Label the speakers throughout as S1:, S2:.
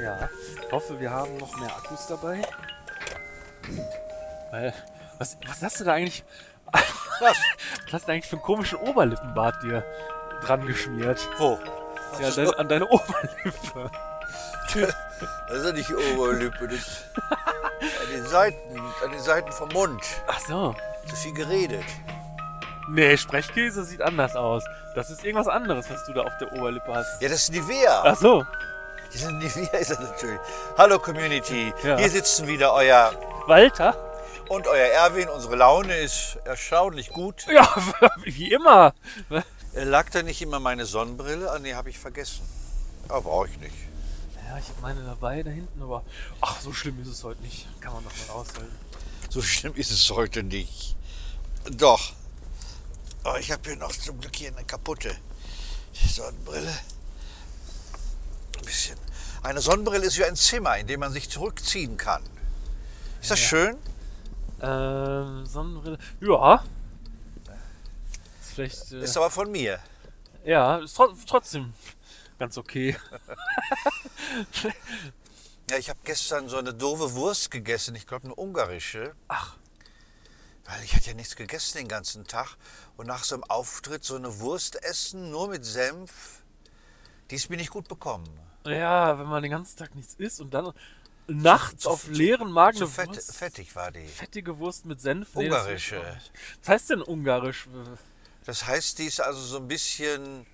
S1: Ja, ich hoffe, wir haben noch mehr Akkus dabei. Weil, was, was hast du da eigentlich? Was hast du denn eigentlich für einen komischen Oberlippenbart dir dran geschmiert?
S2: Wo?
S1: Ja, an deine, an deine Oberlippe.
S2: Das ist ja nicht die Oberlippe, das ist an den Seiten, an den Seiten vom Mund.
S1: Ach so.
S2: Zu viel geredet.
S1: Nee, Sprechkäse sieht anders aus. Das ist irgendwas anderes, was du da auf der Oberlippe hast.
S2: Ja, das ist Nivea.
S1: Ach so.
S2: Das ist Nivea ist das natürlich. Hallo Community,
S1: Ja.
S2: hier sitzen wieder euer
S1: Walter?
S2: und euer Erwin. Unsere Laune ist erstaunlich gut.
S1: Ja, wie immer.
S2: Äh, Lag da nicht immer meine Sonnenbrille? Ah, nee, habe ich vergessen. Aber brauche ich nicht.
S1: Ja, ich habe meine dabei da hinten, aber ach, so schlimm ist es heute nicht. Kann man noch mal rausholen.
S2: So schlimm ist es heute nicht. Doch. Aber ich habe hier noch zum Glück hier eine kaputte Sonnenbrille. Ein bisschen. Eine Sonnenbrille ist wie ein Zimmer, in dem man sich zurückziehen kann. Ist das
S1: Ja.
S2: schön?
S1: Ähm, Sonnenbrille. Ja. Ist vielleicht. Äh,
S2: Ist aber von mir.
S1: ja, ist tro trotzdem ganz okay.
S2: Ja, ich habe gestern so eine doofe Wurst gegessen. Ich glaube, eine ungarische.
S1: Ach.
S2: Weil ich hatte ja nichts gegessen den ganzen Tag. Und nach so einem Auftritt so eine Wurst essen, nur mit Senf, die ist mir nicht gut bekommen.
S1: Ja, wenn man den ganzenAg nichts isst und dann nachts auf leeren Magen
S2: So
S1: eine
S2: fett,
S1: Wurst,
S2: fettig war die.
S1: fettige Wurst mit Senf. Nee, das will ich
S2: Ungarische.
S1: auch nicht. Was heißt denn ungarisch? Äh,
S2: Das heißt, die ist also so ein bisschen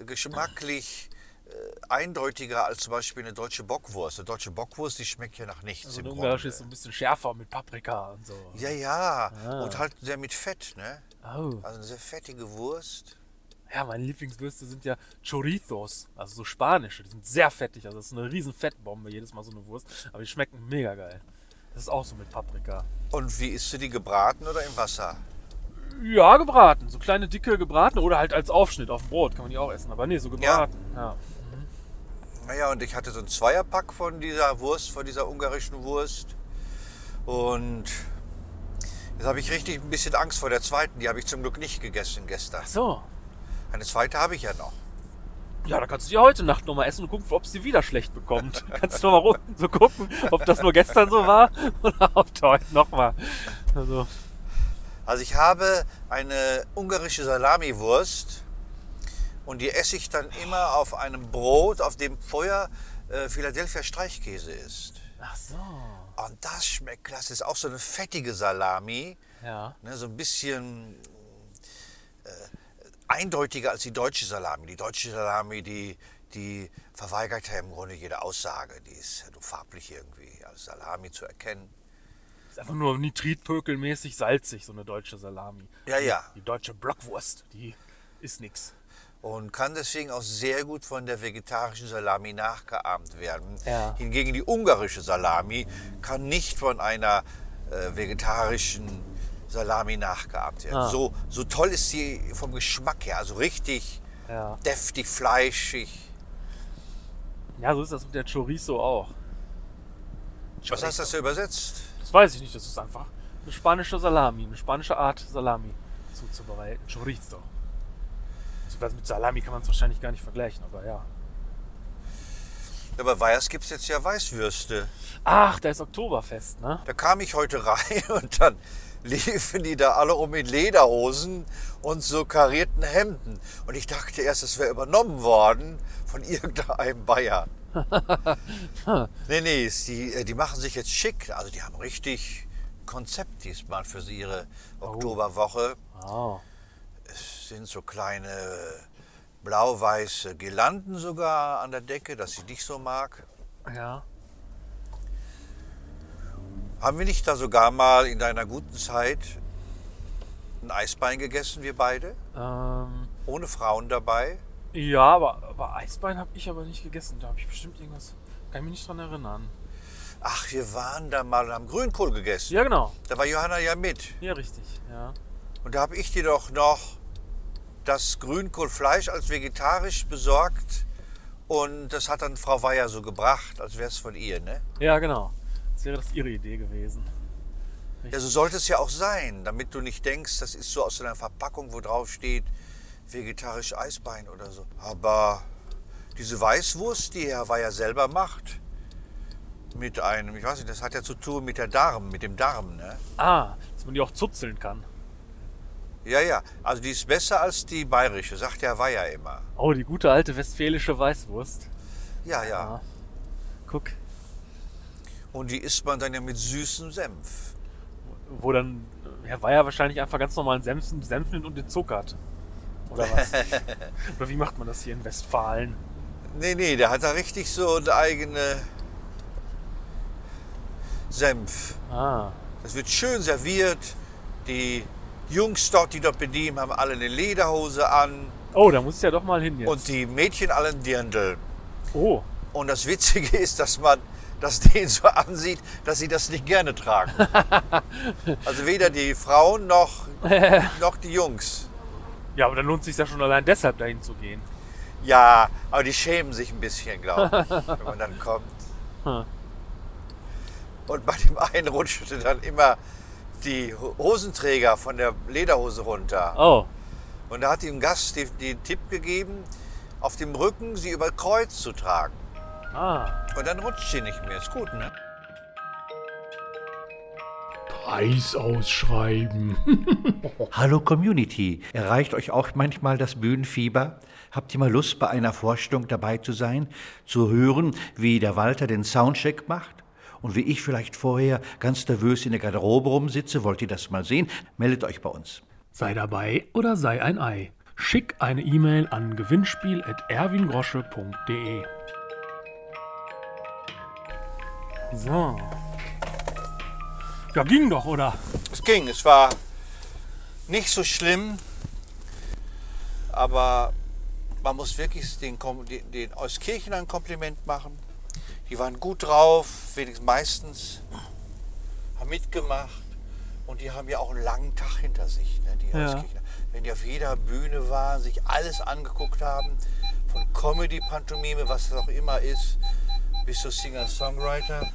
S2: äh, geschmacklich äh, eindeutiger als zum Beispiel eine deutsche Bockwurst. Eine deutsche Bockwurst, die schmeckt ja nach nichts.
S1: Also
S2: im
S1: eine ungarische
S2: Grunde.
S1: ist so ein bisschen schärfer mit Paprika und so.
S2: ja, ja.
S1: Ah.
S2: Und halt sehr mit Fett, ne?
S1: Oh.
S2: Also eine sehr fettige Wurst.
S1: Ja, meine Lieblingswürste sind ja Chorizos, also so spanische. Die sind sehr fettig, also das ist eine riesen Fettbombe, jedes Mal so eine Wurst. Aber die schmecken mega geil. Das ist auch so mit Paprika.
S2: Und wie isst du die gebraten oder im Wasser?
S1: Ja, gebraten. So kleine, dicke gebratene oder halt als Aufschnitt auf Brot kann man die auch essen. Aber nee, so gebraten. Ja.
S2: Naja, und ich hatte so ein Zweierpack von dieser Wurst, von dieser ungarischen Wurst. Und jetzt habe ich richtig ein bisschen Angst vor der zweiten. Die habe ich zum Glück nicht gegessen gestern.
S1: Ach so.
S2: Eine zweite habe ich ja noch.
S1: Ja, da kannst du die heute Nacht nochmal essen und gucken, ob es dir wieder schlecht bekommt. kannst du nochmal so gucken, ob das nur gestern so war oder ob du heute nochmal. Also,
S2: Also ich habe eine ungarische Salamiwurst und die esse ich dann immer auf einem Brot, auf dem Feuer äh, Philadelphia Streichkäse ist.
S1: ach so.
S2: Und das schmeckt klasse. Ist auch so eine fettige Salami,
S1: Ja.
S2: ne, so ein bisschen äh, eindeutiger als die deutsche Salami. Die deutsche Salami, die, die verweigert ja im Grunde jede Aussage. Die ist ja nur farblich irgendwie als Salami zu erkennen.
S1: Ist einfach nur nitritpökelmäßig salzig, so eine deutsche Salami.
S2: Ja, ja.
S1: Die deutsche Blockwurst, die ist nix.
S2: und kann deswegen auch sehr gut von der vegetarischen Salami nachgeahmt werden.
S1: Ja.
S2: Hingegen die ungarische Salami kann nicht von einer äh, vegetarischen Salami nachgeahmt werden.
S1: Ah.
S2: So, so toll ist sie vom Geschmack her, also richtig
S1: Ja.
S2: deftig, fleischig.
S1: Ja, so ist das mit der Chorizo auch.
S2: Was heißt das hier übersetzt?
S1: Das weiß ich nicht, das ist einfach eine spanische Salami, eine spanische Art Salami zuzubereiten. Chorizo. Beziehungsweise mit Salami kann man es wahrscheinlich gar nicht vergleichen, aber ja.
S2: Ja, bei Weyers gibt es jetzt ja Weißwürste.
S1: Ach, da ist Oktoberfest, ne?
S2: Da kam ich heute rein und dann liefen die da alle um in Lederhosen und so karierten Hemden. Und ich dachte erst, es wäre übernommen worden von irgendeinem Bayer. nee, nee, es- die, äh, die machen sich jetzt schick. Also die haben richtig Konzept diesmal für sie ihre Oktoberwoche.
S1: Wow.
S2: Es sind so kleine blau-weiße Girlanden sogar an der Decke, dass ich nicht so mag.
S1: Ja.
S2: Haben wir nicht da sogar mal in deiner guten Zeit ein Eisbein gegessen, wir beide?
S1: Ähm,
S2: Ohne Frauen dabei?
S1: ja, aber, aber Eisbein habe ich aber nicht gegessen. Da habe ich bestimmt irgendwas. Kann ich mich nicht dran erinnern.
S2: Ach, wir waren da mal und haben Grünkohl gegessen.
S1: Ja, genau.
S2: Da war Johanna ja mit.
S1: Ja, richtig. Ja.
S2: Und da habe ich dir doch noch das Grünkohlfleisch als vegetarisch besorgt. Und das hat dann Frau Weyer so gebracht, als wäre es von ihr, ne?
S1: Ja, genau. Das wäre das ihre Idee gewesen.
S2: Ja, so sollte es ja auch sein, damit du nicht denkst, das ist so aus einer Verpackung, wo drauf steht, vegetarisch Eisbein oder so. Aber diese Weißwurst, die Herr Weiher selber macht, mit einem, ich weiß nicht, das hat ja zu tun mit der Darm, mit dem Darm, ne?
S1: Ah, dass man die auch zuzeln kann.
S2: Ja, ja, also die ist besser als die bayerische, sagt der Herr Weiher immer.
S1: Oh, die gute alte westfälische Weißwurst.
S2: Ja, ja.
S1: Ah. Guck,
S2: Und die isst man dann ja mit süßem Senf.
S1: wo dann äh, Herr Weiher wahrscheinlich einfach ganz normalen Senf, Senf nimmt und den zuckert. Oder was? Oder wie macht man das hier in Westfalen?
S2: Nee, nee, der hat da richtig so eine eigene Senf.
S1: Ah,
S2: Das wird schön serviert. Die Jungs dort, die dort bedienen, haben alle eine Lederhose an
S1: Oh, da muss ich ja doch mal hin jetzt.
S2: und die Mädchen alle einen Dirndl.
S1: oh,
S2: Und das Witzige ist, dass man das denen so ansieht, dass sie das nicht gerne tragen. Also weder die Frauen noch, noch die Jungs.
S1: ja, aber dann lohnt sich ja schon allein deshalb dahin zu gehen.
S2: Ja, aber die schämen sich ein bisschen, glaube ich, wenn man dann kommt.
S1: Hm.
S2: Und bei dem einen rutschte dann immer die Ho- Hosenträger von der Lederhose runter.
S1: Oh,
S2: Und da hat ihm Gast die- den Tipp gegeben, auf dem Rücken sie über Kreuz zu tragen.
S1: ah,
S2: Und dann rutscht sie nicht mehr. Ist gut, ne?
S3: Preis ausschreiben.
S4: Hallo Community, erreicht euch auch manchmal das Bühnenfieber? Habt ihr mal Lust, bei einer Vorstellung dabei zu sein, zu hören, wie der Walter den Soundcheck macht? Und wie ich vielleicht vorher ganz nervös in der Garderobe rumsitze, wollt ihr das mal sehen? Meldet euch bei uns.
S3: Sei dabei oder sei ein Ei. Schick eine E-Mail an gewinnspiel.erwingrosche.de.
S1: so. Ja, ging doch, oder?
S2: Es ging. Es war nicht so schlimm. Aber man muss wirklich den, Kom- den, den Euskirchen ein Kompliment machen. Die waren gut drauf, wenigstens meistens. Haben mitgemacht. Und die haben ja auch einen langen Tag hinter sich, ne, die
S1: Ja.
S2: Euskirchner. Wenn die auf jeder Bühne waren, sich alles angeguckt haben, von Comedy, Pantomime, was das auch immer ist, bis zu Singer-Songwriter.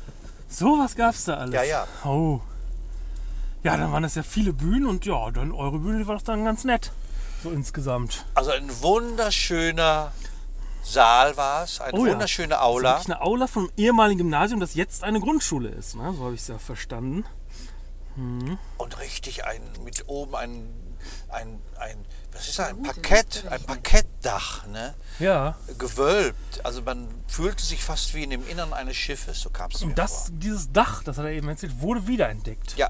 S1: Sowas gab's da alles.
S2: Ja, ja.
S1: Oh. Ja, dann waren das ja viele Bühnen und ja, dann eure Bühne die war doch dann ganz nett. So insgesamt.
S2: Also ein wunderschöner Saal war es, eine
S1: Oh ja.
S2: wunderschöne
S1: Das
S2: Aula.
S1: ist wirklich eine Aula vom ehemaligen Gymnasium, das jetzt eine Grundschule ist, ne? So habe ich es ja verstanden.
S2: Und richtig ein, mit oben ein, ein, ein was ist das, ein Parkett, ein Parkettdach, ne?
S1: Ja.
S2: gewölbt. Also man fühlte sich fast wie in dem Innern eines Schiffes, so kam es mir
S1: Und das,
S2: vor.
S1: dieses Dach, das hat er eben erzählt, wurde wiederentdeckt.
S2: Ja,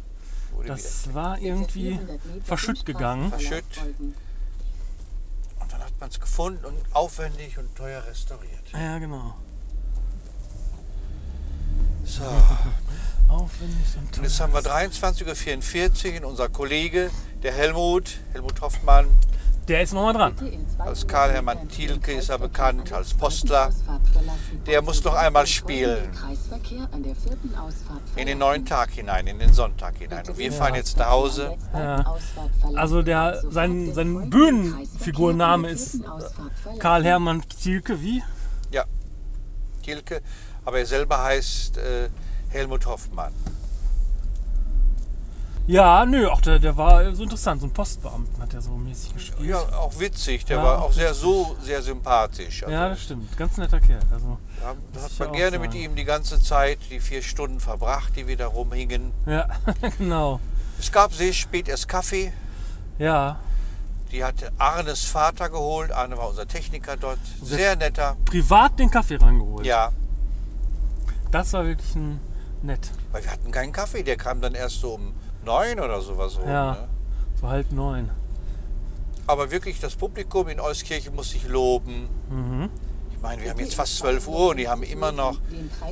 S2: wurde wieder.
S1: Das war irgendwie verschütt gegangen.
S2: Verschütt. Und dann hat man es gefunden und aufwendig und teuer restauriert.
S1: Ja, genau.
S2: So,
S1: Aufwendig und
S2: und jetzt haben wir 23.44 Uhr und unser Kollege, der Helmut, Helmut Hoffmann,
S1: Der ist nochmal dran.
S5: Als Karl-Hermann Thielke ist er bekannt, als Postler.
S2: Der muss noch einmal spielen. in den neuen Tag hinein, in den Sonntag hinein. Und wir fahren jetzt nach Hause.
S1: Ja. Also der- sein- sein Bühnenfigurname ist, äh, Karl-Hermann Zielke, wie?
S2: Ja, Tilke, aber er selber heißt äh, Helmut Hoffmann.
S1: Ja, nö, auch der, der war so interessant. So ein Postbeamten hat er so mäßig gespielt.
S2: Ja, auch witzig, der
S1: Ja,
S2: war
S1: auch
S2: auch sehr so sehr sympathisch. Also,
S1: Ja, das stimmt. Ganz netter Kerl. Also,
S2: da hat- da
S1: muss ich
S2: hat
S1: ja
S2: man
S1: auch
S2: gerne mit
S1: sagen.
S2: ihm die ganze Zeit die vier Stunden verbracht, die wir da rumhingen.
S1: ja, genau.
S2: Es gab sehr spät erst Kaffee.
S1: Ja,
S2: Die hat Arnes Vater geholt. Arne war unser Techniker dort. Sehr netter.
S1: privat den Kaffee rangeholt.
S2: Ja,
S1: Das war wirklich ein nett.
S2: weil wir hatten keinen Kaffee. Der kam dann erst so um neun oder sowas rum.
S1: Ja.
S2: Ne?
S1: So halb neun.
S2: Aber wirklich, das Publikum in Euskirchen muss sich loben.
S1: Mhm.
S2: Ich meine, wir haben jetzt fast 12 Uhr und die haben immer noch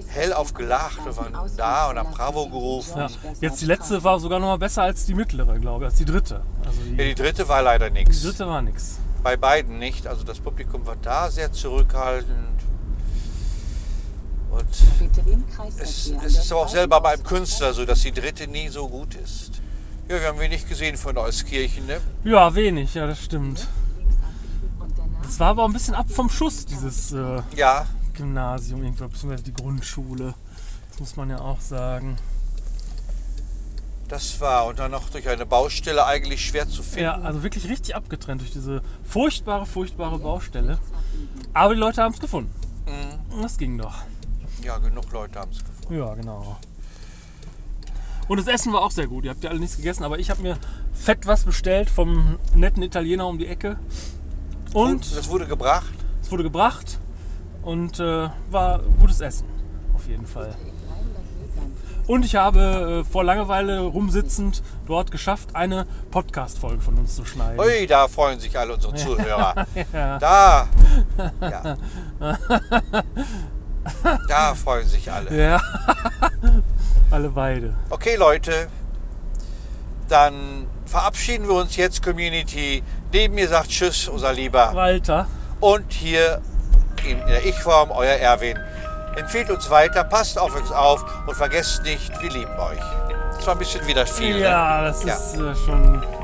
S2: hellauf gelacht und waren da und haben Bravo gerufen.
S1: Ja. Jetzt die letzte war sogar noch mal besser als die mittlere, glaube ich, als die dritte. Also
S2: Ja,
S1: die,
S2: die dritte war leider
S1: die
S2: nichts.
S1: dritte war nix.
S2: Bei beiden nicht. Also das Publikum war da sehr zurückhaltend. Und es, es ist aber auch selber beim Künstler so, dass die dritte nie so gut ist. Ja, wir haben wenig gesehen von Euskirchen, ne?
S1: Ja, wenig, ja, das stimmt. Es war aber auch ein bisschen ab vom Schuss, dieses äh,
S2: Ja,
S1: Gymnasium, irgendwie, beziehungsweise die Grundschule. Das muss man ja auch sagen.
S2: das war. Und dann noch durch eine Baustelle eigentlich schwer zu finden.
S1: Ja, also wirklich richtig abgetrennt durch diese furchtbare, furchtbare Baustelle. Aber die Leute haben es gefunden. Das ging doch.
S2: Ja, genug Leute haben es gefunden.
S1: Ja, genau. Und das Essen war auch sehr gut. Ihr habt ja alle nichts gegessen, aber ich habe mir fett was bestellt vom netten Italiener um die Ecke. Und
S2: Das wurde gebracht.
S1: es wurde gebracht und äh, war gutes Essen. Auf jeden Fall. Und ich habe äh, vor Langeweile rumsitzend dort geschafft, eine Podcast-Folge von uns zu schneiden.
S2: Ui, da freuen sich alle unsere Zuhörer. Da. Ja. Da freuen sich alle.
S1: Ja. Alle beide.
S2: Okay, Leute. Dann verabschieden wir uns jetzt, Community. Neben mir sagt Tschüss, unser Lieber.
S1: Walter.
S2: Und hier in der Ich-Form, euer Erwin. Empfehlt uns weiter, passt auf uns auf und vergesst nicht, wir lieben euch. Das war ein bisschen wieder viel. ne?
S1: Ja, das
S2: Ja.
S1: ist äh, schon